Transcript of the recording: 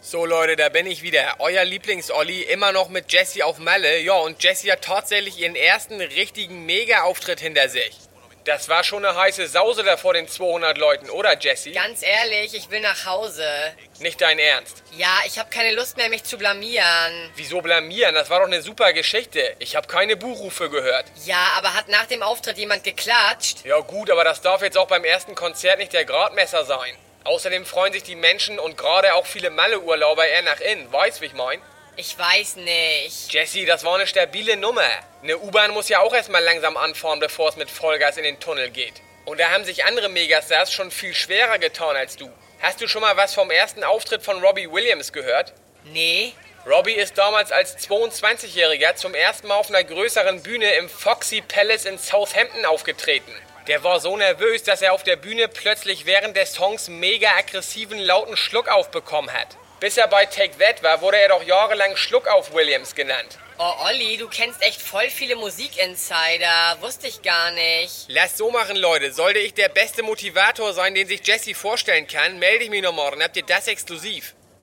So Leute, da bin ich wieder. Euer Lieblings-Olli, immer noch mit Jessie auf Malle. Ja, und Jessie hat tatsächlich ihren ersten richtigen Mega-Auftritt hinter sich. Das war schon eine heiße Sause da vor den 200 Leuten, oder Jessie? Ganz ehrlich, ich will nach Hause. Nicht dein Ernst. Ja, ich habe keine Lust mehr, mich zu blamieren. Wieso blamieren? Das war doch eine super Geschichte. Ich habe keine Buhrufe gehört. Ja, aber hat nach dem Auftritt jemand geklatscht? Ja gut, aber das darf jetzt auch beim ersten Konzert nicht der Gradmesser sein. Außerdem freuen sich die Menschen und gerade auch viele Malle-Urlauber eher nach innen. Weißt, wie ich mein? Ich weiß nicht. Jessie, das war eine stabile Nummer. Eine U-Bahn muss ja auch erstmal langsam anfahren, bevor es mit Vollgas in den Tunnel geht. Und da haben sich andere Megastars schon viel schwerer getan als du. Hast du schon mal was vom ersten Auftritt von Robbie Williams gehört? Nee? Robbie ist damals als 22-Jähriger zum ersten Mal auf einer größeren Bühne im Foxy Palace in Southampton aufgetreten. Der war so nervös, dass er auf der Bühne plötzlich während des Songs mega aggressiven, lauten Schluckauf bekommen hat. Bis er bei Take That war, wurde er doch jahrelang Schluckauf Williams genannt. Oh, Olli, du kennst echt voll viele Musikinsider. Wusste ich gar nicht. Lasst so machen, Leute. Sollte ich der beste Motivator sein, den sich Jesse vorstellen kann, melde ich mich noch morgen. Habt ihr das exklusiv?